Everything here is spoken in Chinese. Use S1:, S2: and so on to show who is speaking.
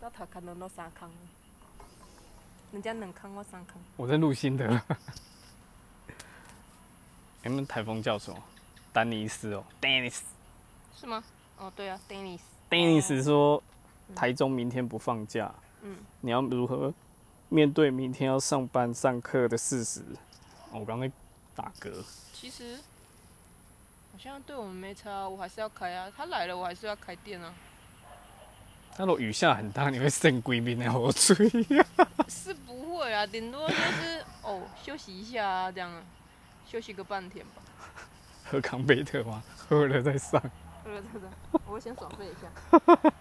S1: 到头壳轮到三空了，人家两空，我三空。
S2: 我在录新的。 你们哎台风叫什么？丹尼斯哦，Dennis，Dennis
S1: 是吗？哦，对啊，Dennis。
S2: 说，台中明天不放假。
S1: 嗯
S2: 你要如何面对明天要上班上课的事实？哦我刚才打嗝。
S1: 其实好像对我们没差啊，我还是要开啊。他来了，我还是要开店啊。
S2: 那如果雨下很大，你会剩贵宾的我吹。
S1: 是不会啊，顶多就是哦休息一下啊，这样啊，休息个半天吧。
S2: 喝康贝特吗？喝了再上。
S1: 对对对，我先爽费一下。